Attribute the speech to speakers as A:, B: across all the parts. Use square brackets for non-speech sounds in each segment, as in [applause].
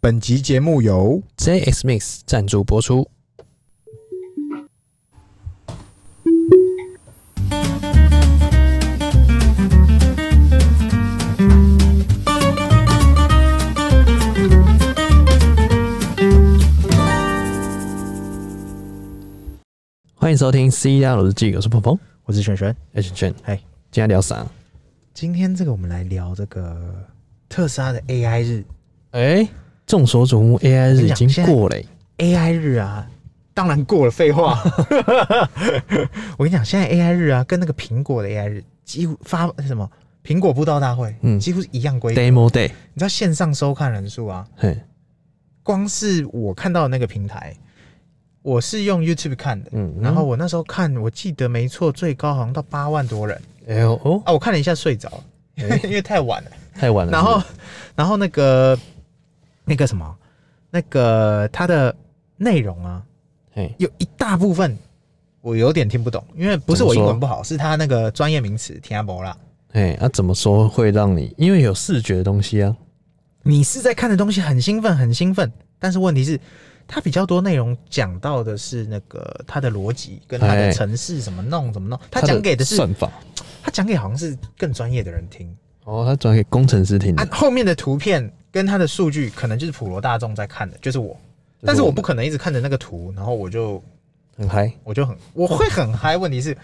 A: 本集节目由
B: JX Mix 赞助播出。欢迎收听 C R 日记，我是鹏鹏，
A: 我是璇璇。
B: 哎，圈圈，
A: 嗨，
B: 今天聊啥？
A: 今天这个我们来聊这个特斯拉的 AI 日
B: 哎、众所瞩目，AI
A: 哎
B: 日已经过了、
A: ，AI 日啊，当然过了，废 [laughs] 话。我跟你讲，现在 AI 日啊，跟那个苹果的 AI 日几乎发什么苹果布道大会，
B: 嗯
A: 几乎是一样规格。
B: Demo Day，
A: 你知道线上收看人数啊，
B: 嘿，
A: 光是我看到的那个平台，我是用 YouTube 看的，
B: 嗯
A: 然后我那时候看，我记得没错，最高好像到八万多人
B: L O，
A: 啊，我看了一下睡着了， [laughs] 因为太晚了。
B: 哦太晚了。
A: 然后，然后那个那个什么，那个它的内容啊，
B: 嘿，
A: 有一大部分我有点听不懂，因为不是
B: 怎么
A: 我英
B: 说
A: 文不好，是它那个专业名词听不懂啦。
B: 哎，那、怎么说会让你？因为有视觉的东西啊，
A: 你是在看的东西很兴奋，很兴奋，但是问题是，它比较多内容讲到的是那个它的逻辑跟它的
B: 哎
A: 城市怎么弄怎么弄，它
B: 它
A: 讲给的是
B: 算法。
A: 它讲给好像是更专业的人听
B: 哦，他转给工程师听的
A: 啊，，后面的图片跟它的数据可能就是普罗大众在看的，就是我，
B: 们
A: 但是我不可能一直看着那个图，然后我就
B: 很嗨。
A: 我就很我会很嗨，问题是。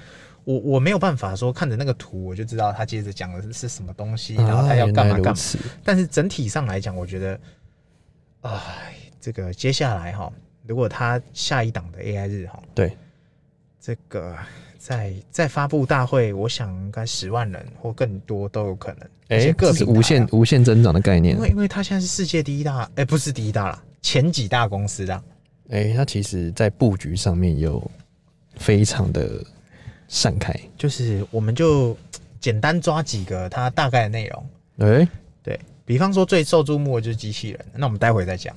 A: 我我没有办法说看着那个图我就知道他接着讲的是是什么东西，然后他要干嘛
B: 啊原来
A: 干
B: 如
A: 嘛。
B: 此
A: 但是整体上来讲，我觉得，哎，这个接下来哈，如果他下一档的 AI 日哈，
B: 对，
A: 这个在在发布大会，我想应该十万人或更多都有可能。而且
B: 哎，
A: 各
B: 这是
A: 平台啊
B: 无限，无限增长的概念
A: 因。为因为它现在是世界第一大，哎、不是第一大啦，前几大公司啦。
B: 哎，他其实在布局上面有非常的散开。
A: 就是我们就简单抓几个它大概的内容，
B: 哎，
A: 对比方说最受注目的就是机器人，那我们待会再讲。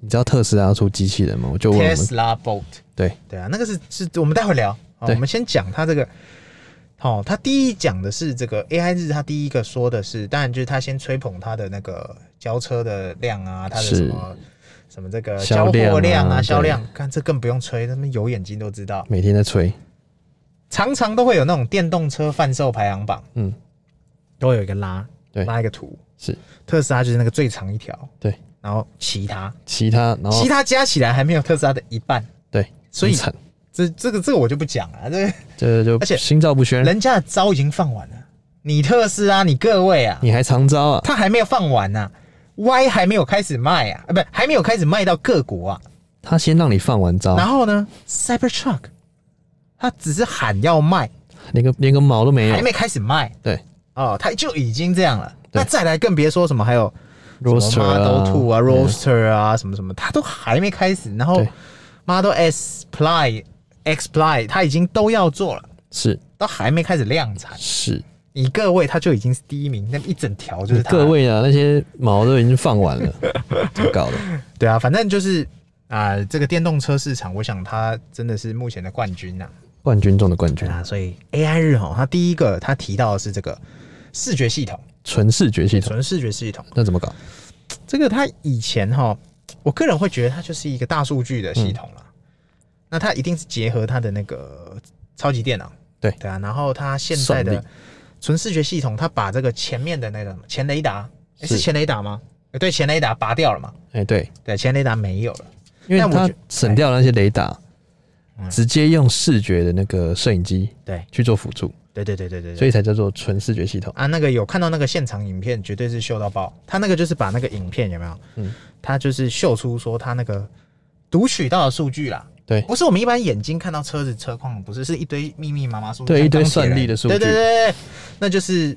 B: 你知道特斯拉出机器人吗？我就问我们，
A: Tesla Bolt，
B: 对
A: 对啊，那个是是我们待会聊。好，
B: 对
A: 我们先讲他这个。好、他第一讲的是这个 AI 日，他第一个说的是，当然就是他先吹捧他的那个交车的量啊，他的
B: 是
A: 什么什么这个
B: 销
A: 交货量
B: 量
A: 啊、
B: 啊对
A: 销量，看这更不用吹，他们有眼睛都知道，
B: 每天在吹，
A: 常常都会有那种电动车贩售排行榜，
B: 嗯，
A: 都会有一个拉，
B: 对
A: 拉一个图，
B: 是
A: 特斯拉就是那个最长一条，
B: 对，
A: 然后其他
B: 其他然后
A: 其他加起来还没有特斯拉的一半，
B: 对，
A: 所以
B: 很惨，
A: 这这个这个我就不讲了，这个
B: 这就
A: 而且
B: 心照不宣，
A: 人家的招已经放完了，你特斯拉，你各位啊，
B: 你还常招啊？
A: 他还没有放完呢、y 还没有开始卖啊，啊不，还没有开始卖到各国啊。
B: 他先让你放完招，啊
A: 然后呢，Cybertruck，他只是喊要卖，
B: 连个连个毛都没有
A: 还。没开始卖
B: 对
A: 哦，他就已经这样了。
B: 对
A: 那再来更别说什么还有什
B: ，roaster
A: 么 Model Two 啊、
B: 嗯
A: Roaster 啊什么什么，他都还没开始。然后
B: 对
A: Model S Ply、X Ply，他已经都要做了，
B: 是
A: 都还没开始量产。
B: 是，
A: 你各位他就已经是第一名，那么一整条就是他。
B: 各，位啊，那些毛都已经放
A: [laughs]
B: 完了，怎么搞的？
A: 对啊，反正就是啊、这个电动车市场，我想它真的是目前的冠军呐、
B: 冠军中的冠军
A: 对，啊，所以 AI 日吼，它第一个它提到的是这个视觉系统，
B: 纯视觉系统，
A: 纯视觉系统。
B: 那怎么搞？
A: 这个它以前哈，我个人会觉得它就是一个大数据的系统啦。那它一定是结合它的那个超级电脑，
B: 对
A: 对啊。然后它现在
B: 算
A: 的
B: 力
A: 纯视觉系统，它把这个前面的那个什么前雷达，诶
B: 是
A: 是前雷达吗？诶对，前雷达拔掉了嘛？
B: 哎、对，
A: 对，前雷达没有了。
B: 因为
A: 但我
B: 它
A: 觉哎
B: 省掉那些雷达，直接用视觉的那个摄影机
A: 对，
B: 去做辅助，
A: 对对对对对
B: 所
A: 以
B: 以才叫做纯视觉系统。
A: 啊，那个有看到那个现场影片，绝对是秀到爆。他那个就是把那个影片有没有？
B: 嗯，
A: 他就是秀出说他那个读取到的数据啦。
B: 对，
A: 不是我们一般眼睛看到车子车况，不是是一堆密密麻麻数据，
B: 对
A: 像
B: 一堆
A: 钢铁人
B: 算力的数
A: 对对
B: 据
A: 对对，那就是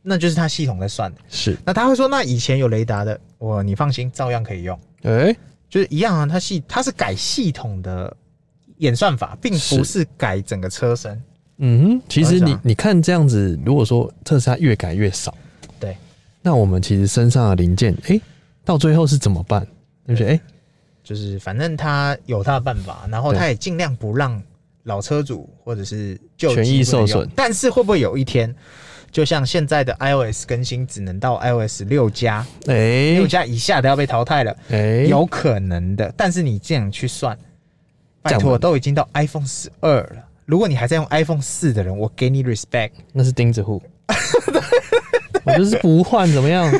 A: 那就是他系统在算的。
B: 是，
A: 那他会说，那以前有雷达的，我你放心，照样可以用，
B: 哎、
A: 就是一样啊。它系它是改系统的演算法，并不
B: 是
A: 是改整个车身。
B: 嗯哼，其实
A: 我在
B: 你
A: 想
B: 你看这样子，如果说特斯拉越改越少，
A: 对，
B: 那我们其实身上的零件，哎、到最后是怎么办？对不对？哎、
A: 就是反正他有他的办法，然后
B: 对
A: 他也尽量不让老车主或者是旧
B: 权益受损
A: 但是会不会有一天，就像现在的 iOS 更新只能到 iOS 六加，
B: 哎
A: 六加以下的要被淘汰了，
B: 哎，
A: 有可能的。但是你这样去算，拜
B: 这样
A: 托，
B: 吧
A: 都已经到 iPhone 十二了。如果你还在用 iPhone 四的人，我给你 respect。
B: 那是钉子户。 [laughs] 我就是不换怎么样？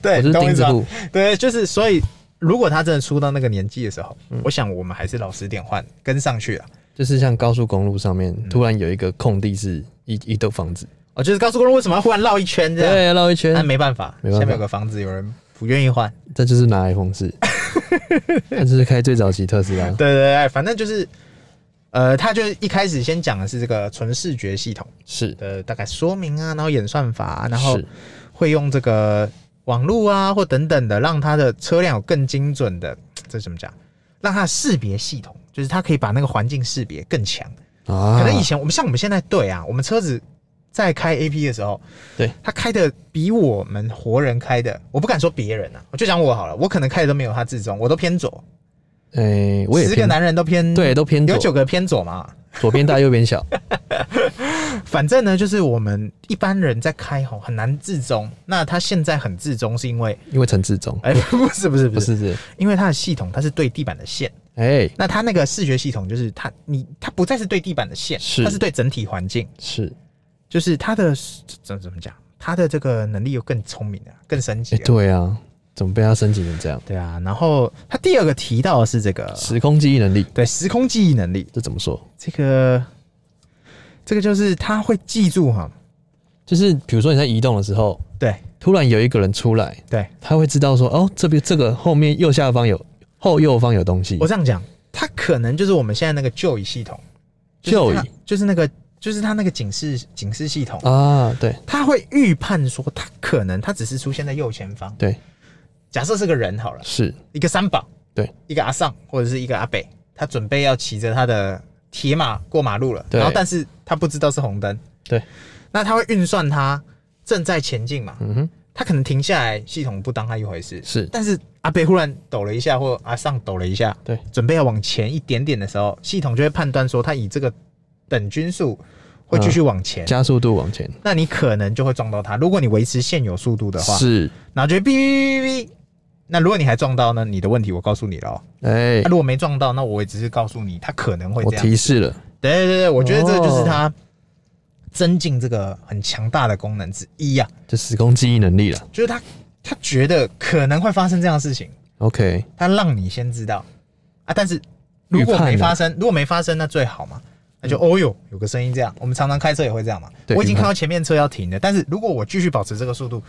A: 对，
B: 我就是
A: 哎懂
B: 钉
A: 意思
B: 子
A: 吧
B: 户。
A: 对，就是所以，如果他真的出到那个年纪的时候，我想我们还是老实点换，跟上去啊了。
B: 就是像高速公路上面突然有一个空地是一一栋房子，
A: 哦，就是高速公路为什么要忽然绕一圈这样？
B: 对，绕一
A: 但
B: 圈，
A: 没办法，
B: 没办法
A: 下面有个房子，有人不愿意换。
B: 这就是拿 iPhone
A: [laughs]
B: 四，这就是开最早期特斯拉
A: 对，对对，反正就是，呃，他就是一开始先讲的是这个纯视觉系统
B: 是，
A: 的大概说明啊，然后演算法、啊，然后
B: 是
A: 会用这个网络啊或等等的，让它的车辆有更精准的，这怎么讲？让它的识别系统，就是它可以把那个环境识别更强。
B: 啊，
A: 可能以前我们像我们现在对啊，我们车子在开 A P 的时候，
B: 对
A: 它开的比我们活人开的，我不敢说别人啊，我就讲我好了，我可能开的都没有他自重，我都偏左，
B: 哎，我也
A: 十个
B: 偏
A: 男人都偏
B: 对，都偏左
A: 有，九个偏左嘛。
B: 左边大右边小，
A: 反正呢，就是我们一般人在开吼很难自中，那他现在很自中是因为，
B: 因为陈志忠
A: 哎、不是不是 [laughs] 不
B: 不
A: 是，
B: 是是，
A: 因为它的系统它是对地板的线，
B: 哎，
A: 那它那个视觉系统就是它你它不再是对地板的线，
B: 是
A: 它是对整体环境。
B: 是，
A: 就是他的怎怎么讲，他的这个能力又更聪明了，更升级
B: 哎，
A: 了。
B: 对啊，怎么被他升级成这样？
A: 对啊，然后他第二个提到的是这个
B: 时空记忆能力，
A: 对时空记忆能力，
B: 这怎么说？
A: 这个这个就是他会记住哈，
B: 就是比如说你在移动的时候，
A: 对
B: 突然有一个人出来，
A: 对，
B: 他会知道说，哦，这边这个后面右下方有后右方有东西
A: 我，这样讲，他可能就是我们现在那个旧椅系统，
B: 就
A: 就是
B: 椅
A: 它就是那个就是他那个警示警示系统，
B: 啊，对
A: 他会预判说他可能他只是出现在右前方，
B: 对
A: 假设是个人好了，
B: 是，
A: 一个三宝，
B: 对，
A: 一个阿尚或者是一个阿北，他准备要骑着他的铁马过马路了，
B: 对
A: 然后但是他不知道是红灯，
B: 对，
A: 那他会运算他正在前进嘛，
B: 嗯哼，
A: 他可能停下来，系统不当他一回事，
B: 是
A: 但是阿北忽然抖了一下，或阿尚抖了一下，
B: 对，
A: 准备要往前一点点的时候，系统就会判断说他以这个等均速会继续往前，
B: 加速度往前，
A: 那你可能就会撞到他，如果你维持现有速度的话，
B: 是，
A: 然后就会哔哔哔哔哔。那如果你还撞到呢？你的问题我告诉你了哦。
B: 哎
A: 那、，如果没撞到，那我也只是告诉你，他可能会
B: 我
A: 这样。
B: 提示了，
A: 对对对，我觉得这个就是他增进这个很强大的功能之一啊，
B: 这时空记忆能力了
A: 就是他他觉得可能会发生这样的事情，
B: ，OK，
A: 他让你先知道啊。但是如果
B: 预判啊
A: 没发生，如果没发生，那最好嘛。那就哦哟，有个声音这样，我们常常开车也会这样嘛。
B: 对
A: 我已经
B: 预判
A: 看到前面车要停了，但是如果我继续保持这个速度，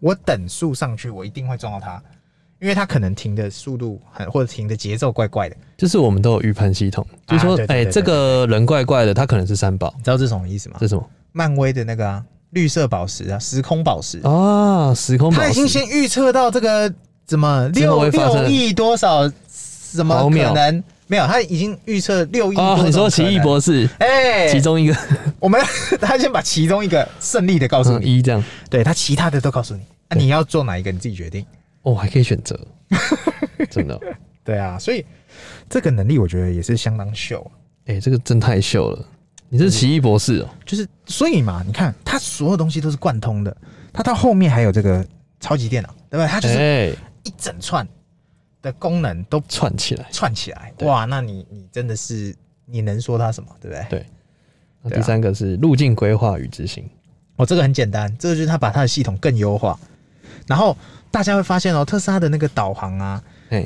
A: 我等速上去，我一定会撞到他，因为他可能停的速度很或者停的节奏怪怪的，
B: 就是我们都有预判系统，就是说
A: 啊对，对
B: 哎，
A: 对
B: 这个人怪怪的，他可能是三宝，
A: 你知道这是什么意思吗
B: 这？是什么
A: 漫威的那个啊，绿色宝石啊，时空宝石，
B: 啊？时空宝
A: 他已经
B: 石，
A: 先预测到这个怎么
B: 之后
A: 六
B: 会发生
A: 六亿多少，怎么
B: 毫
A: 可
B: 秒
A: 能没有？他已经预测六亿多
B: 哦，
A: 种
B: 你说奇异
A: 可能？啊
B: 博士
A: 哎、
B: 其中一个
A: 我们 [laughs] 他先把其中一个胜利的告诉
B: 嗯
A: 你，
B: [laughs] 一这样，
A: 对他其他的都告诉你，啊，你要做哪一个你自己决定。
B: 哦，还可以选择，
A: [laughs]
B: 真的，哦
A: 对啊，所以这个能力我觉得也是相当秀啊、
B: 哎，这个真太秀了，你是奇异博士哦，
A: 就是所以嘛，你看他所有东西都是贯通的，他到后面还有这个超级电脑，对吧？他啊就是
B: 哎，
A: 一整串的功能都
B: 串起来。
A: 串起来，
B: 对
A: 哇，那你你真的是你能说他什么，对不对？
B: 对那
A: 对啊
B: 第三个是路径规划与执行，
A: 哦，这个很简单，这个就是他把他的系统更优化，然后大家会发现哦，特斯拉的那个导航啊，
B: 哎，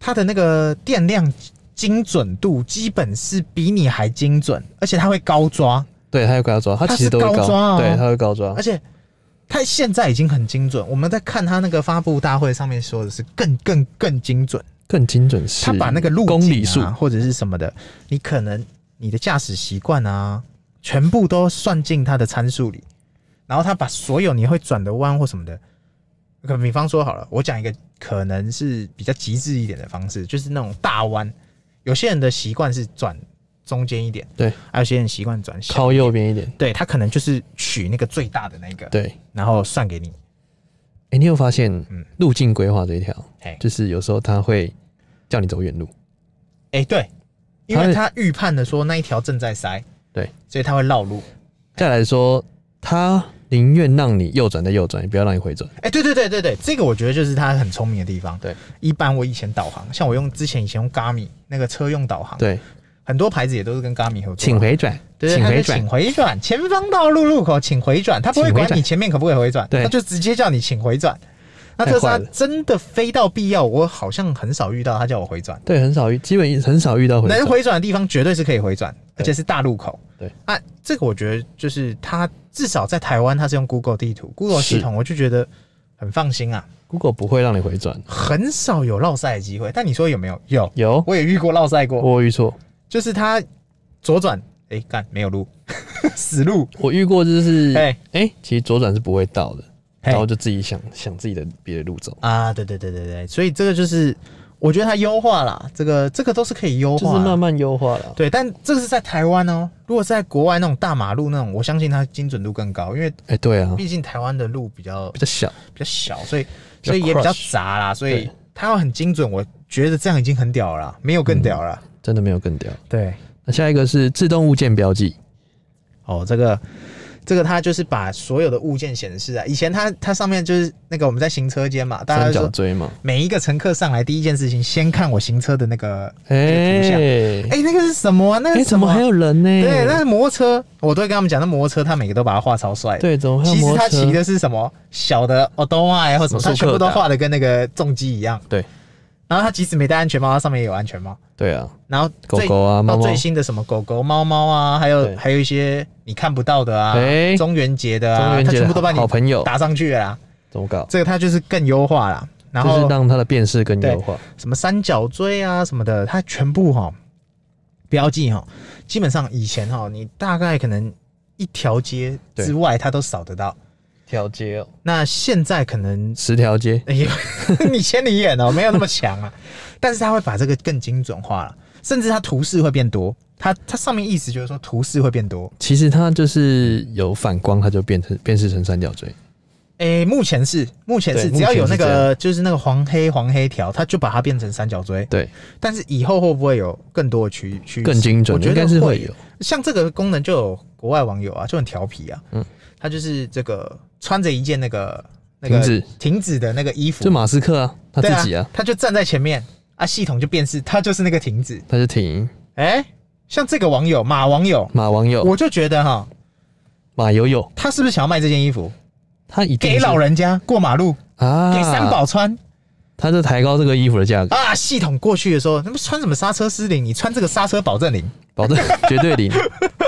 A: 它的那个电量精准度基本是比你还精准，而且它会高抓，
B: 对，他有高抓，他
A: 它是
B: 其实都会
A: 高抓哦
B: 对，他会高抓
A: 而，且它现在已经很精准。我们在看它那个发布大会上面说的是更更更精准，
B: 更精准是
A: 它把那个路
B: 公里
A: 径
B: 数
A: 啊或者是什么的，你可能你的驾驶习惯啊，全部都算进它的参数里，然后它把所有你会转的弯或什么的。可比方说好了，我讲一个可能是比较极致一点的方式，就是那种大弯。有些人的习惯是转中间一点，
B: 对，
A: 还有些人习惯转小，
B: 靠右边一点，
A: 对他可能就是取那个最大的那个，
B: 对。
A: 然后算给你。
B: 哎、你有发现
A: 嗯哎
B: 路径规划这一条，
A: 嘿，
B: 就是有时候他会叫你走远路，
A: 哎、对，因
B: 他
A: 为
B: 会
A: 他预判的说那一条正在塞，
B: 对，
A: 所以他会绕路。
B: 再来说他宁愿让你右转再右转，也不要让你回转。
A: 哎、对对对对对，这个我觉得就是它很聪明的地方。
B: 对，
A: 一般我以前导航，像我用之前以前用 Gami 那个车用导航，，
B: 对，
A: 很多牌子也都是跟 Gami 合作啊。
B: 请回转，
A: 对，
B: 请
A: 它就
B: 回转
A: 请。回转，前方道路路口请回转，他不会
B: 请回
A: 管你
B: 转
A: 前面可不可以回转，
B: 对
A: 他就直接叫你请回转。那
B: 太
A: 特斯拉
B: 快了
A: 真的非到必要，我好像很少遇到他叫我回转，
B: 对，很少遇，基本很少遇到回转
A: 能。回转的地方绝对是可以回转，而
B: 对
A: 且是大路口。
B: 对，
A: 啊，这个我觉得就是他至少在台湾他是用 Google 地图，Google
B: 是
A: 系统，我就觉得很放心啊，
B: Google 不会让你回转。
A: 很少有落赛的机会。但你说有没有？有，
B: 有，
A: 我也遇过落赛过，
B: 我有遇错，
A: 就是他左转，哎、干没有路， [laughs] 死路，
B: 我遇过就是，
A: 哎
B: 哎、其实左转是不会到的，
A: 嘿
B: 然后就自己想想自己的别的路走，
A: 啊，对对对对对，所以这个就是我觉得它优化啦，这个这个都是可以优
B: 就
A: 化
B: 是
A: 啦，
B: 慢慢优化了。
A: 对，但这个是在台湾哦，如果是在国外那种大马路那种，我相信它精准度更高，因为
B: 哎、对啊，
A: 毕竟台湾的路比较
B: 比较小，
A: 比较小，所以
B: 比较
A: 所以也比较
B: crush
A: 杂啦，所以
B: 对
A: 它要很精准，我觉得这样已经很屌了啦，没有
B: 嗯
A: 更屌了啦。
B: 真的没有更屌。
A: 对，
B: 那下一个是自动物件标记，
A: 哦，这个这个它就是把所有的物件显示啊，以前它它上面就是那个我们在行车间嘛，大家
B: 三
A: 就
B: 角
A: 说
B: 锥嘛，
A: 每一个乘客上来第一件事情，先看我行车的那个这
B: 哎、
A: 个图像
B: 哎、
A: 哎、那个是什么啊？那个是
B: 怎
A: 什
B: 么
A: 么啊？
B: 还有人呢、
A: 对，那是摩托车，我都会跟他们讲，那摩托车他每个都把它画超帅。，
B: 对，怎么还有
A: 其实
B: 摩
A: 他
B: 托
A: 骑
B: 车？
A: 的是什么小的 o d o m a 或什么，
B: 什
A: 他
B: 么
A: 全部
B: 速克
A: 都
B: 达
A: 画的跟那个重机一样。
B: 对
A: 然后他即使没戴安全帽，他上面也有安全帽。
B: 对啊，
A: 然后
B: 狗
A: 最
B: 狗啊，
A: 到
B: 猫猫
A: 最新的什么狗狗、猫猫啊，还有
B: 对
A: 还有一些你看不到的啊，
B: 哎
A: 中元节的
B: 中
A: 啊，
B: 元
A: 他
B: 节
A: 全部
B: 的
A: 都把你
B: 好朋友
A: 打上去了啦。
B: 怎么搞？
A: 这个他就是更优化啦。然
B: 就是
A: 后
B: 让它的辨识更
A: 对
B: 优化。
A: 什么三角锥啊什么的，它全部哈标记哈，基本上以前哈你大概可能一条街之外它都扫得到，
B: 条街哦，
A: 那现在可能
B: 十条街，
A: 哎呦 [laughs] 你千里眼哦没有那么强啊， [laughs] 但是它会把这个更精准化了，甚至它图示会变多，它它上面意思就是说图示会变多，
B: 其实它就是有反光，它就变成辨识成三角锥。
A: 诶、目前是目前是
B: 对
A: 只要有那
B: 目前是这
A: 个就是那个黄黑黄黑条，它就把它变成三角锥，
B: 对，
A: 但是以后会不会有更多的区区域
B: 更精准
A: 我觉
B: 应
A: 得
B: 该是
A: 会
B: 会有。
A: 像这个功能就有国外网友啊，就很调皮啊，嗯
B: 嗯，
A: 他就是这个穿着一件那个那
B: 停
A: 个
B: 止
A: 停止的那个衣服，
B: 就马斯克啊，他
A: 对
B: 自己啊
A: 啊，，他就站在前面啊，系统就辨识他就是那个停止。
B: 他就停
A: 哎、像这个网友马网友，
B: 马网友
A: 我就觉得哈，
B: 马友友，
A: 他是不是想要卖这件衣服
B: 他一定
A: 给
B: 是
A: 老人家过马路，
B: 啊，
A: 给三，宝穿
B: 他就抬高这个衣服的
A: [laughs]
B: 价格，
A: 啊？系统过去的时候，那么穿什么刹车失灵？你穿这个刹车保证零，
B: 保证绝对零，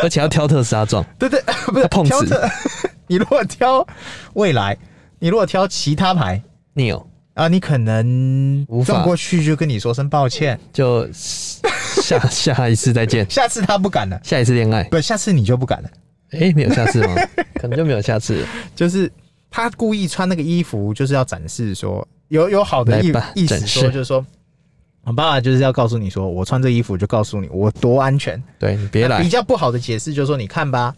B: 而且要挑特斯拉撞，
A: 对对， [laughs] 不是
B: 碰
A: 挑
B: 瓷
A: 这， [laughs] 你如果挑未来，你如果挑其他牌。
B: 你哦，
A: 啊，你可能
B: 无法
A: 撞过去就跟你说声抱歉，
B: 就下
A: [laughs]
B: 下一次再见，
A: 下次他不敢了，
B: 下一次恋爱，
A: 不，下次你就不敢了。
B: 哎，没有下
A: [laughs]
B: 次吗？可能就没有下次了，
A: 就是他故意穿那个衣服，就是要展示说有有好的
B: 来
A: 意
B: 吧
A: 意思
B: 展
A: 说，
B: 示
A: 就是说。我爸爸就是要告诉你说，我穿这衣服就告诉你我多安全。
B: 对你别
A: 那
B: 来
A: 比，较不好的解释就是说，你看吧，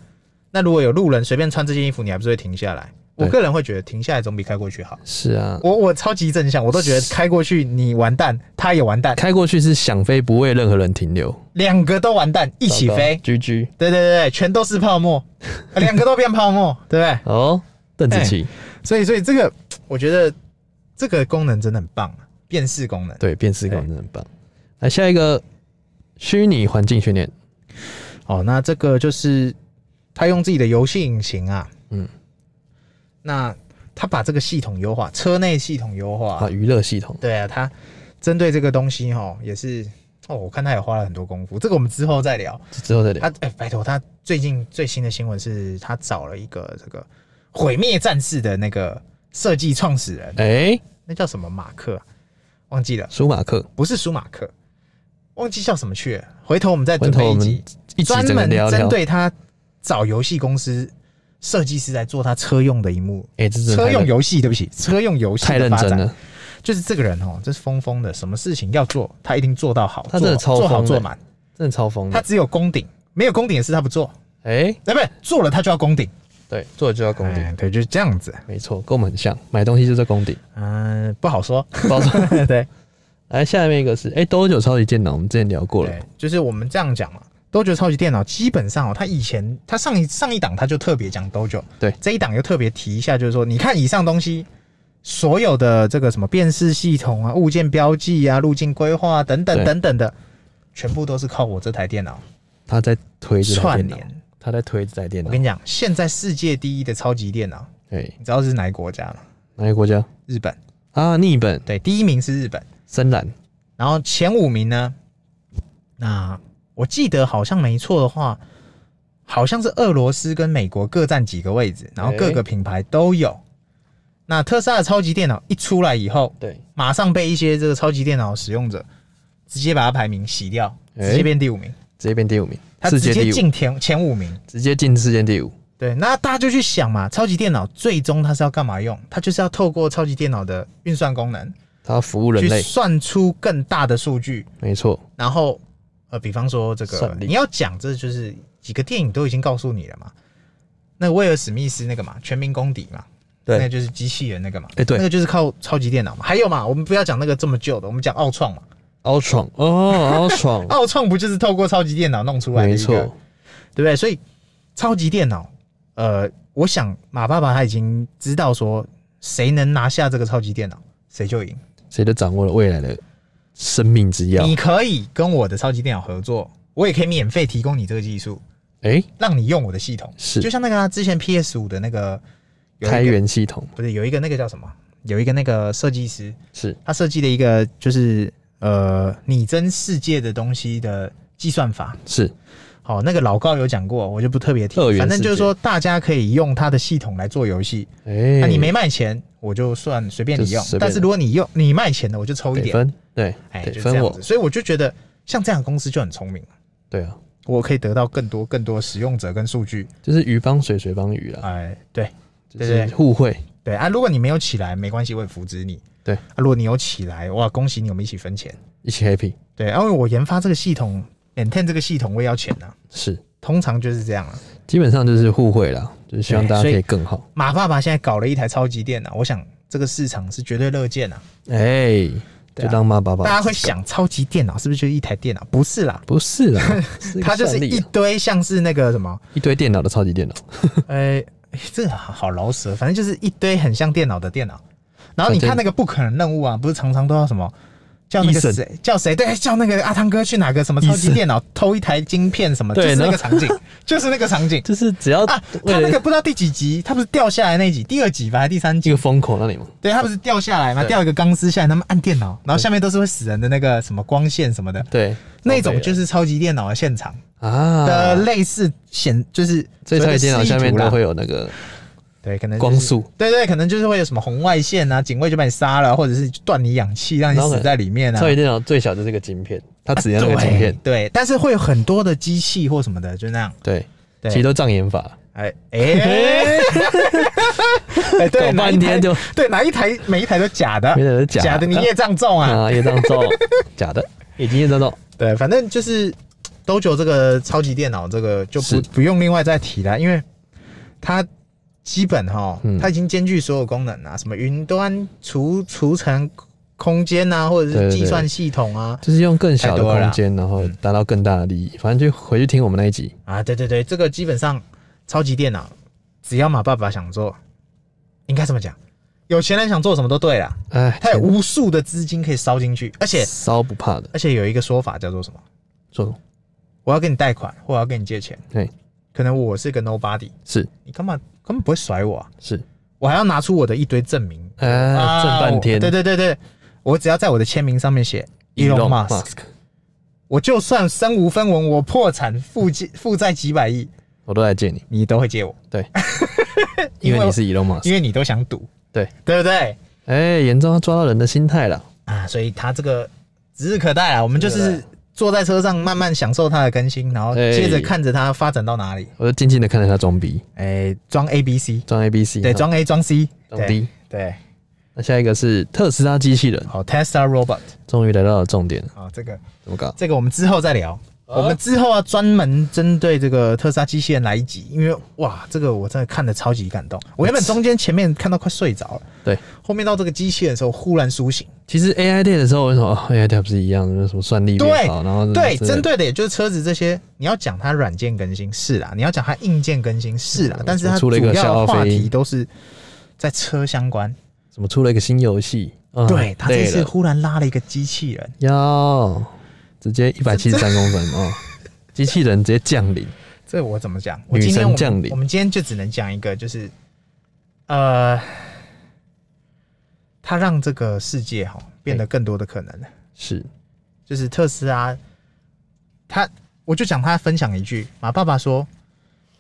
A: 那如果有路人随便穿这件衣服，你还不是会停下来？我
B: 对
A: 个人会觉得停下来总比开过去好。
B: 是啊，
A: 我我超级正向，我都觉得开过去你完蛋，他也完
B: [laughs]
A: 蛋，
B: 开过去是想飞，不为任何人停留，
A: 两个都完蛋，一起飞。
B: 居居
A: 对对对，全都是泡沫，两个都变泡沫，对不对？
B: 哦，邓紫棋，
A: 所以所以这个我觉得这个功能真的很棒啊，辨识功能。
B: 对，辨识感真的很棒。
A: 哎
B: 来下一个虚拟环境训练，
A: 哦，那这个就是他用自己的游戏引擎啊，
B: 嗯，
A: 那他把这个系统优化，车内系统优化
B: 啊，，娱乐系统。
A: 对啊，他针对这个东西哈也是。哦，我看他也花了很多功夫，这个我们之后再聊。
B: 之后再
A: 他
B: 聊。
A: 哎、拜托，他最近最新的新闻是他找了一个这个毁灭战士的那个设计创始人，
B: 哎、
A: 那叫什么马克啊，忘记了，
B: 舒马克，
A: 不是舒马克，忘记叫什么去了。回头我们再准
B: 回头
A: 备
B: 我
A: 一
B: 们
A: 集，
B: 一起
A: 专
B: 整个
A: 门
B: 聊
A: 针
B: 聊。
A: 对他找游戏公司设计师来做他车用的一幕，
B: 哎、这真的
A: 车
B: 太
A: 用
B: 认
A: 游戏，对
B: [laughs]
A: 不起，车用游戏
B: 太
A: 的
B: 认
A: 发
B: 真
A: 展，
B: 了，
A: 就是这个人哦，这是疯疯的，什么事情要做，他一定做到好，
B: 他真的
A: 做
B: 超
A: 做好
B: 疯的
A: 做满，
B: 真的超疯
A: 他
B: 的。
A: 只有攻顶，没有攻顶的事他不做，
B: 哎、
A: 哎，不是做了他就要攻顶，
B: 对，做了就要攻顶、
A: 哎，对，就是这样子，
B: 没错，跟我们很像，买东西就在攻顶。
A: 嗯，不好说， [laughs]
B: 包装
A: 对。
B: 哎来，下面一个是哎、多久超级电脑，我们之前聊过了
A: 对，，就是我们这样讲嘛，啊多久超级电脑基本上哦，它以前它上一上一档它就特别讲多久，
B: 对
A: 这一档又特别提一下，就是说，你看以上东西，所有的这个什么辨识系统啊、物件标记啊、路径规划啊等等
B: 对
A: 等等的，全部都是靠我这台电脑
B: 他在推这台
A: 串
B: 电脑，
A: 联。
B: 他在推这台电
A: 我
B: 脑
A: 跟。你讲，现在世界第一的超级电脑，
B: 对，
A: 你知道是哪个国家吗？
B: 哪个国家
A: 日本，
B: 啊？日本、
A: 对，第一名是日本，
B: 深蓝，
A: 然后前五名呢，那我记得好像没错的话，好像是俄罗斯跟美国各占几个位置，然后各个品牌都有。那特斯拉的超级电脑一出来以后，
B: 对，
A: 马上被一些这个超级电脑使用者直接把它排名洗掉，
B: 哎
A: 直接变第五名，
B: 直接变第五名，
A: 它
B: 世
A: 直
B: 界
A: 接
B: 第五，
A: 进前前五名。
B: 直接进世界第五。
A: 对，那大家就去想嘛，超级电脑最终它是要干嘛用？它就是要透过超级电脑的运算功能，
B: 他服务人
A: 去
B: 类，
A: 算出更大的数据，
B: 没错，
A: 然后呃，比方说这个
B: 算，力
A: 你要讲这就是几个电影都已经告诉你了嘛。那威尔史密斯那个嘛，《全民公敌》嘛，
B: 对
A: 那就是机器人那个嘛，
B: 哎对
A: 那个就是靠超级电脑嘛。还有嘛，我们不要讲那个这么旧的，我们讲奥创嘛，，
B: 奥创哦，奥创
A: [laughs] 奥创不就是透过超级电脑弄出来的
B: 没
A: 一个，
B: 错，
A: 对不对？所以超级电脑，呃，我想马爸爸他已经知道说，谁能拿下这个超级电脑，谁就赢。
B: 谁都掌握了未来的生命之钥。
A: 你可以跟我的超级电脑合作，我也可以免费提供你这个技术，
B: 哎、
A: 让你用我的系统。
B: 是
A: 就像那个、啊、之前 PS 五的那个有一个
B: 开源系统
A: 不是有一个那个叫什么？有一个那个设计师，
B: 是
A: 他设计了一个就是呃拟真世界的东西的计算法。
B: 是
A: 好，那个老高有讲过，我就不特别提
B: 二。元
A: 反正就是
B: 世界
A: 说，大家可以用他的系统来做游戏。
B: 哎、
A: 那、你没卖钱，我就算随便你
B: 就
A: 用
B: 随。便
A: 但是如果你用你卖钱的，我就抽一
B: 得
A: 点。
B: 分，对，
A: 哎，
B: 得
A: 就这
B: 分
A: 样
B: 我
A: 子。，所以我就觉得，像这样的公司就很聪明，
B: 对啊，
A: 我可以得到更多更多使用者跟数据。
B: 就是鱼帮水，水帮鱼啊，
A: 哎，对，
B: 就
A: 对
B: 是
A: 对
B: 互惠，
A: 对啊，如果你没有起来，没关系，我也扶植你。
B: 对
A: 啊，如果你有起来，哇，恭喜你，我们一起分钱。
B: 一起 happy，
A: 对，啊因为我研发这个系统，maintain 这个系统，我也要钱啊。
B: 是，
A: 通常就是这样啊。
B: 基本上就是互惠啦，就是希望
A: 对
B: 大家可
A: 所
B: 以
A: 以
B: 更好。
A: 马爸爸现在搞了一台超级电脑，我想这个市场是绝对乐见啊。
B: 哎、
A: 对
B: 就
A: 啊
B: 当妈爸爸，
A: 大家会想，超级电脑是不是就一台电脑？不是啦，
B: 不
A: [laughs]
B: 是啦，一个
A: 它就是
B: 算力
A: 一
B: 啊
A: 堆像是那个什么，
B: 一堆电脑的超级电脑，
A: 呃、这个好好饶舌，反正就是一堆很像电脑的电脑。然后你看那个不可能任务啊，不是常常都要什么叫那个
B: Eason
A: 谁叫谁对，叫那个阿汤哥去哪个什么超级
B: Eason
A: 电脑偷一台晶片什么，就
B: 对
A: 是那
B: 然
A: 个
B: 后
A: 场景，就是那个场景
B: 就是只要
A: 啊。
B: 为
A: 他那
B: 了
A: 个不知道第几集，他不是掉下来那集，第二集吧，还是第三
B: 一
A: 集？
B: 个风口那里嘛，
A: 对，他不是掉下来嘛，
B: 对
A: 掉一个钢丝下来，他们按电脑，然后下面都是会死人的那个什么光线什么的，
B: 对，
A: 那种就是是超级电脑的现场
B: 啊，
A: 的类似显，就是
B: 所以超级电脑下面都
A: 啦
B: 会有那个
A: 对，可能就是
B: 光速，
A: 对对，可能就是会有什么红外线啊，警卫就把你杀了，或者是断你氧气，让你
B: 然后
A: 死在里面啊。
B: 超级电脑最小就是个
A: [laughs]
B: 晶片，啊它只要那个晶
A: 对
B: 片，
A: 对，但是会有很多的机器或什么的，就那样。
B: 对，
A: 对
B: 其实都障眼法，
A: 哎
B: [laughs]
A: 哎，哎对，
B: 搞半天就
A: 哪一台对哪一台每一台都假的，
B: 每一台都假的
A: 假的，你业障重啊。
B: 啊，业障
A: [laughs]
B: 照假的，已经业障照，
A: 对，反正就是多久这个超级电脑这个就不
B: 是
A: 不用另外再提了，因为它。基本哈
B: 嗯，
A: 它已经兼具所有功能啊，什么云端储储存空间啊，或者
B: 对
A: 是
B: 对对
A: 计算系统啊，
B: 就是用更小
A: 太
B: 的
A: 多了
B: 空
A: 啦
B: 间，然
A: 嗯
B: 后达到更大的利益。反正就回去听我们那一集，
A: 啊，对对对，这个基本上超级电脑，只要马爸爸想做，应该这么讲，有钱人想做什么都对啦，
B: 哎，
A: 他有无数的资金可以烧进去，而且
B: 骚不怕的，
A: 而且有一个说法叫做什么？
B: 做什么
A: 我要跟你贷款，或我要跟你借钱，
B: 对，
A: 可能我是个 nobody，
B: 哎是
A: 你干嘛根本不会甩我啊，
B: 是，
A: 我还要拿出我的一堆证明呃
B: 啊，挣半天，
A: 哦我对对对对，我只要在我的签名上面写 Elon
B: Elon
A: Musk，
B: Musk，
A: 我就算身无分文，我破产负债负债几百亿，
B: 我都来见你，
A: 你都会借我，
B: 对，
A: [laughs] 因
B: 因
A: 为
B: 为你是 Elon Musk，
A: 因为你都想赌，
B: 对，
A: 对不对？
B: 哎，严重要抓到人的心态了，
A: 啊，所以它这个指日可待啊。我们就
B: 指日可
A: 是
B: 待
A: 坐在车上慢慢享受它的更新，然后
B: 哎
A: 接着看着它发展到哪里。
B: 我就静静的看着他装逼，
A: 哎、装 A、B、C，
B: 装 A B C，
A: 对，装 A 装 C，
B: 装
A: 对
B: D。
A: 对，
B: 那下一个是特斯拉机器人，
A: 好，Tesla Robot，
B: 终于来到了重点了，
A: 好，这个
B: 怎么搞？
A: 这个我们之后再聊。我们之后要专门针对这个特斯拉机器人来一集，因为哇，这个我真的看的超级感动。我原本中间前面看到快睡着了，
B: 对，
A: 后面到这个机器人的时候忽然苏
B: [laughs]
A: 醒。
B: 其实 AI Day 的时候，我就说哦，AI Day 不是一样的，什么算力
A: 对
B: 变好，然后
A: 对，
B: 真的
A: 针对的也就是车子这些，你要讲它软件更新是啦，你要讲它硬件更新是啦，但是它
B: 嗯出
A: 主
B: 了一个
A: 要
B: 夏
A: 的
B: 奥
A: 话
B: 飞
A: 题都是在车相关。
B: 什么出了一个新游戏，啊
A: 对，它这
B: 累
A: 次
B: 了
A: 忽然拉了一个机器人，
B: 要直接一百七十三公分
A: [laughs]
B: 哦，机器人直接降临，
A: 这我怎么讲？我
B: 女
A: 今天
B: 神
A: 我们
B: 降临
A: 我们今天就只能讲一个，就是呃，它让这个世界哈变得更多的可能了。
B: 是
A: 就是特斯拉，他我就讲他分享一句，马爸爸说，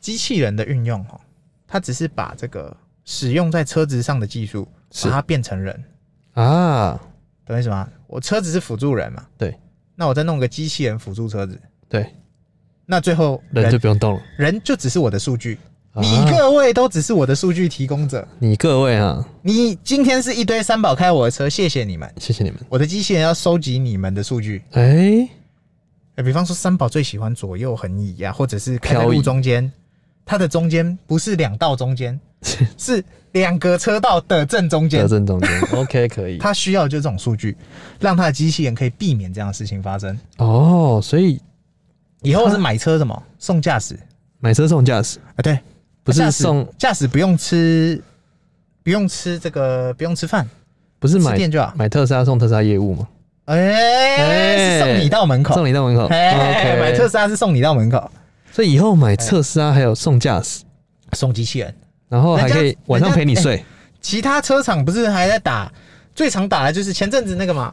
A: 机器人的运用哦，他只是把这个使用在车子上的技术，
B: 是
A: 把它变成人，
B: 啊，
A: 懂我意思吗？我车子是辅助人嘛，
B: 对，
A: 那我再弄个机器人辅助车子，
B: 对，
A: 那最后人
B: 人就不用动了。
A: 人就只是我的数据，
B: 啊
A: 你各位都只是我的数据提供者，
B: 你各位啊，
A: 你今天是一堆三宝开我的车，谢谢你们，
B: 谢谢你们。
A: 我的机器人要收集你们的数据。
B: 哎、
A: 呃，比方说三宝最喜欢左右横移啊，或者是开在
B: 漂
A: 路
B: 移
A: 中间，它的中间不是两道中间，是两个车道的正中间
B: [laughs] 得。
A: [laughs]
B: 正中间，OK，可以。
A: 它需要就是这种数据，让它的机器人可以避免这样的事情发生。
B: 哦，所以
A: 以后是买车什么送驾驶
B: 买车送驾驶
A: 啊？对，
B: 不
A: 驾
B: 是
A: 驶
B: 送，
A: 驾驶不用吃，不用吃这个，不用吃饭，
B: 不是
A: 吃
B: 买
A: 电就好。
B: 买特斯拉送特斯拉业务吗？
A: 哎、是送你到门口。
B: 送你到门口。
A: 哎、
B: OK，
A: 买特斯拉是送你到门口，
B: 所以以后买特斯拉还有送驾驶，
A: 送机器人。
B: 然后还可
A: 人
B: 以
A: 家
B: 晚上陪你睡。
A: 其他车厂不是还在打，最常打的就是前阵子那个嘛，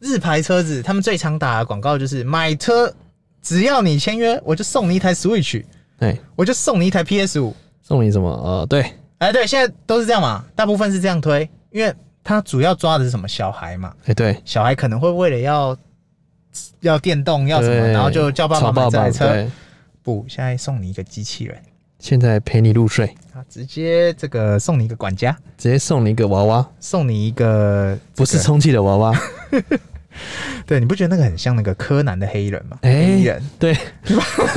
A: 日牌车子，他们最常打的广告就是买车，只要你签约，我就送你一台 Switch，
B: 哎、
A: 我就送你一台 PS 五。
B: 送你什么？呃，对，
A: 哎，对，现在都是这样嘛，大部分是这样推，因为它主要抓的是什么小孩嘛，
B: 哎、对，
A: 小孩可能会为了要要电动要什么，
B: 对
A: 然后就叫爸
B: 吵
A: 爸买
B: 爸
A: 这
B: 爸
A: 台车。
B: 对，
A: 不，现在送你一个机器人，
B: 现在陪你入睡，
A: 啊，直接这个送你一个管家，
B: 直接送你一个娃娃，
A: 送你一个
B: 不是充气
A: [laughs]
B: 的娃娃。
A: 对，你不觉得那个很像那个柯南的黑人吗？ [laughs]
B: 哎、
A: 黑人
B: 对，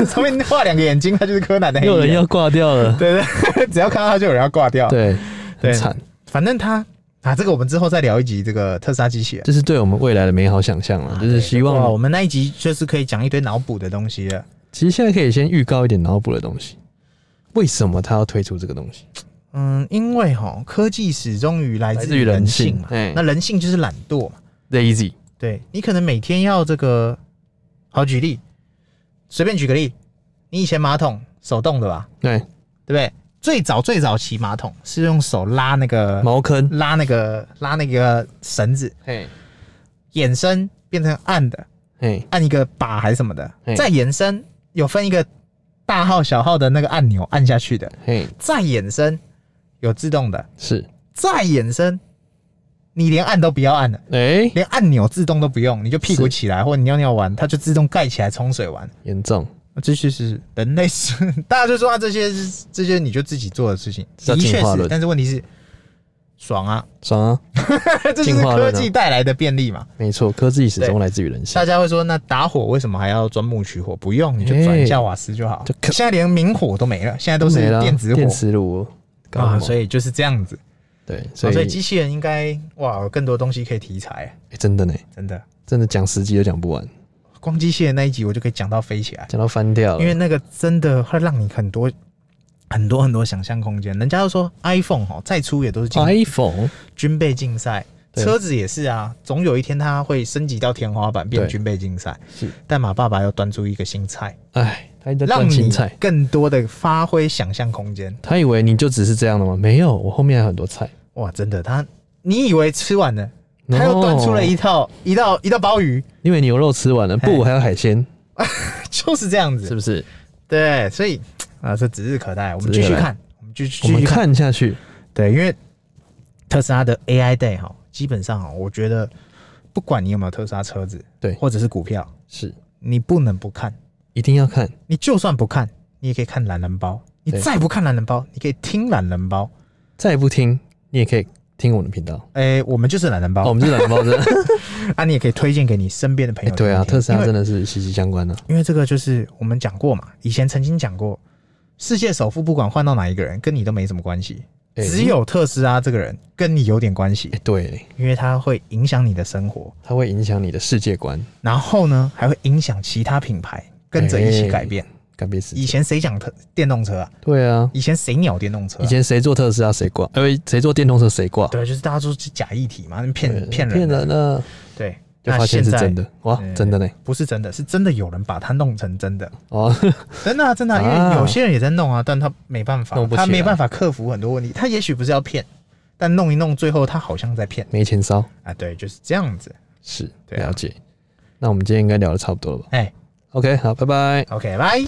A: 上面画两个眼睛，他就是柯南的黑
B: 又有
A: 人。
B: 人要挂掉了，
A: 对对， [laughs] 只要看到他就有人要挂掉。，
B: 对，
A: 对
B: 很惨，
A: 反正他啊，这个我们之后再聊一集这个特斯拉机器人。
B: 这是对我们未来的美好想象了，就是希
A: 啊哇哦我
B: 望。
A: 们那一集就是可以讲一堆脑补的东西了。
B: 其实现在可以先预告一点脑补的东西，为什么他要推出这个东西？
A: 嗯，因为哈，科技始终于来
B: 来
A: 自
B: 自于人
A: 人
B: 性
A: 嘛，
B: 哎
A: 那人性就是懒惰嘛。
B: lazy，
A: 对你可能每天要这个，好举例，随便举个例，你以前马桶手动的吧，
B: 对，
A: 对不对？最早最早骑马桶是用手拉那个
B: 茅坑，
A: 拉那个拉那个绳子，
B: 嘿，
A: 延伸变成按的，
B: 嘿，
A: 按一个把还是什么的
B: 嘿，
A: 再延伸有分一个大号小号的那个按钮按下去的，
B: 嘿，
A: 再延伸有自动的，
B: 是，
A: 再延伸你连按都不要按了。
B: 哎、
A: 连按钮自动都不用，你就屁股
B: 是
A: 起来，或者你尿尿完，它就自动盖起来冲水完。
B: 严重，
A: 这些是人类是， [laughs] 大家就说啊，这些是这些你就自己做的事情，
B: 叫
A: 的确
B: 进化
A: 是。
B: 论
A: 但是问题是，爽
B: [laughs]
A: 啊，
B: 爽啊，
A: 这就是
B: 进化论
A: 科
B: 啊
A: 技带来的便利嘛。
B: 没错，科技始终
A: 对
B: 来自于人性
A: 大，家会说，那打火为什么还要钻木取火？不用，你就转一下瓦斯就好。
B: 哎就可
A: 现在连明火都没了，现在都是
B: 没了
A: 电子火
B: 电磁炉，搞什
A: 啊，
B: 么
A: 所以就是这样子。
B: 对，
A: 所
B: 所以、
A: 所以机器人应该哇，有更多东西可以题材，
B: 哎真的呢，
A: 真的。
B: 真的讲十集都讲不完，
A: 光机器人那一集我就可以讲到飞起来，
B: 讲到翻掉了，
A: 因为那个真的会让你很多很多很多想象空间。人家都说 iPhone 哦，再出也都是经
B: iPhone
A: 军备竞赛，
B: 哎对
A: 车子也是啊，总有一天它会升级到天花板，变
B: 对
A: 军备竞赛。
B: 是，
A: 但马爸爸要端出一个新菜，
B: 哎，他一直在
A: 让
B: 断青
A: 你
B: 菜，
A: 更多的发挥想象空间。
B: 他以为你就只是这样的吗？没有，我后面还有很多菜，
A: 哇，真的，他你以为吃完了，他又端出了一哎
B: No，
A: 套一道一道鲍鱼，
B: 因为牛肉吃完了，
A: 嘿
B: 不，还有海鲜，
A: 就是这样
B: 是
A: 子。
B: 不是？
A: 对，所以啊，这指日可待，我们
B: 指
A: 继
B: 日可
A: 续
B: 待
A: 看，我们继续
B: 我
A: 继
B: 们
A: 续看。
B: 看下去，
A: 对，因为特斯拉的 AI Day 哈，基本上哈，我觉得不管你有没有特斯拉车子，
B: 对
A: 或者是股票，
B: 是
A: 你不能不看。
B: 一定要看，
A: 你就算不看，你也可以看懒人包；你
B: 对
A: 再不看懒人包，你可以听懒人包。
B: 再不听你也可以听我们的频道。
A: 哎、我们就是懒人包、
B: 哦，我们是懒人包
A: [laughs]
B: 真的。
A: 啊，你也可以推荐给你身边的朋友
B: 哎
A: 听听、
B: 对啊，特斯拉
A: 因为
B: 真的是息息相关的、啊
A: 因为这个就是我们讲过嘛，以前曾经讲过，世界首富不管换到哪一个人，跟你都没什么关系，
B: 哎
A: 只有特斯拉这个人跟你有点关系
B: 哎、，对，
A: 因为它会影响你的生活，
B: 它会影响你的世界观，
A: 然后呢还会影响其他品牌跟着一
B: 哎
A: 起改变。
B: 改变世
A: 以
B: 界。
A: 前谁讲特电动车啊？
B: 对啊，
A: 以前谁鸟电动车啊、
B: 以前谁坐特斯拉谁挂，呃，谁坐电动车谁挂，
A: 对，啊就是大家都是假议题嘛，骗骗人
B: 骗
A: 的
B: 人了，
A: 对，
B: 就
A: 那
B: 发现
A: 现
B: 是
A: 在
B: 真的，哇，真的呢，
A: 不是真的，是真的有人把它弄成真
B: [laughs]
A: 的，
B: 哦，
A: 真的、啊、真的啊、因
B: 啊
A: 为有些人也在弄啊，但他没办法
B: 弄，不起来
A: 他没办法克服很多问题。他也许不是要骗，但弄一弄，最后他好像在骗
B: 没钱烧，
A: 啊。对，就是这样子。
B: 是
A: 对啊
B: 了解。那我们今天应该聊的差不多了吧
A: 哎、
B: ？OK，好，拜拜。
A: o k 拜。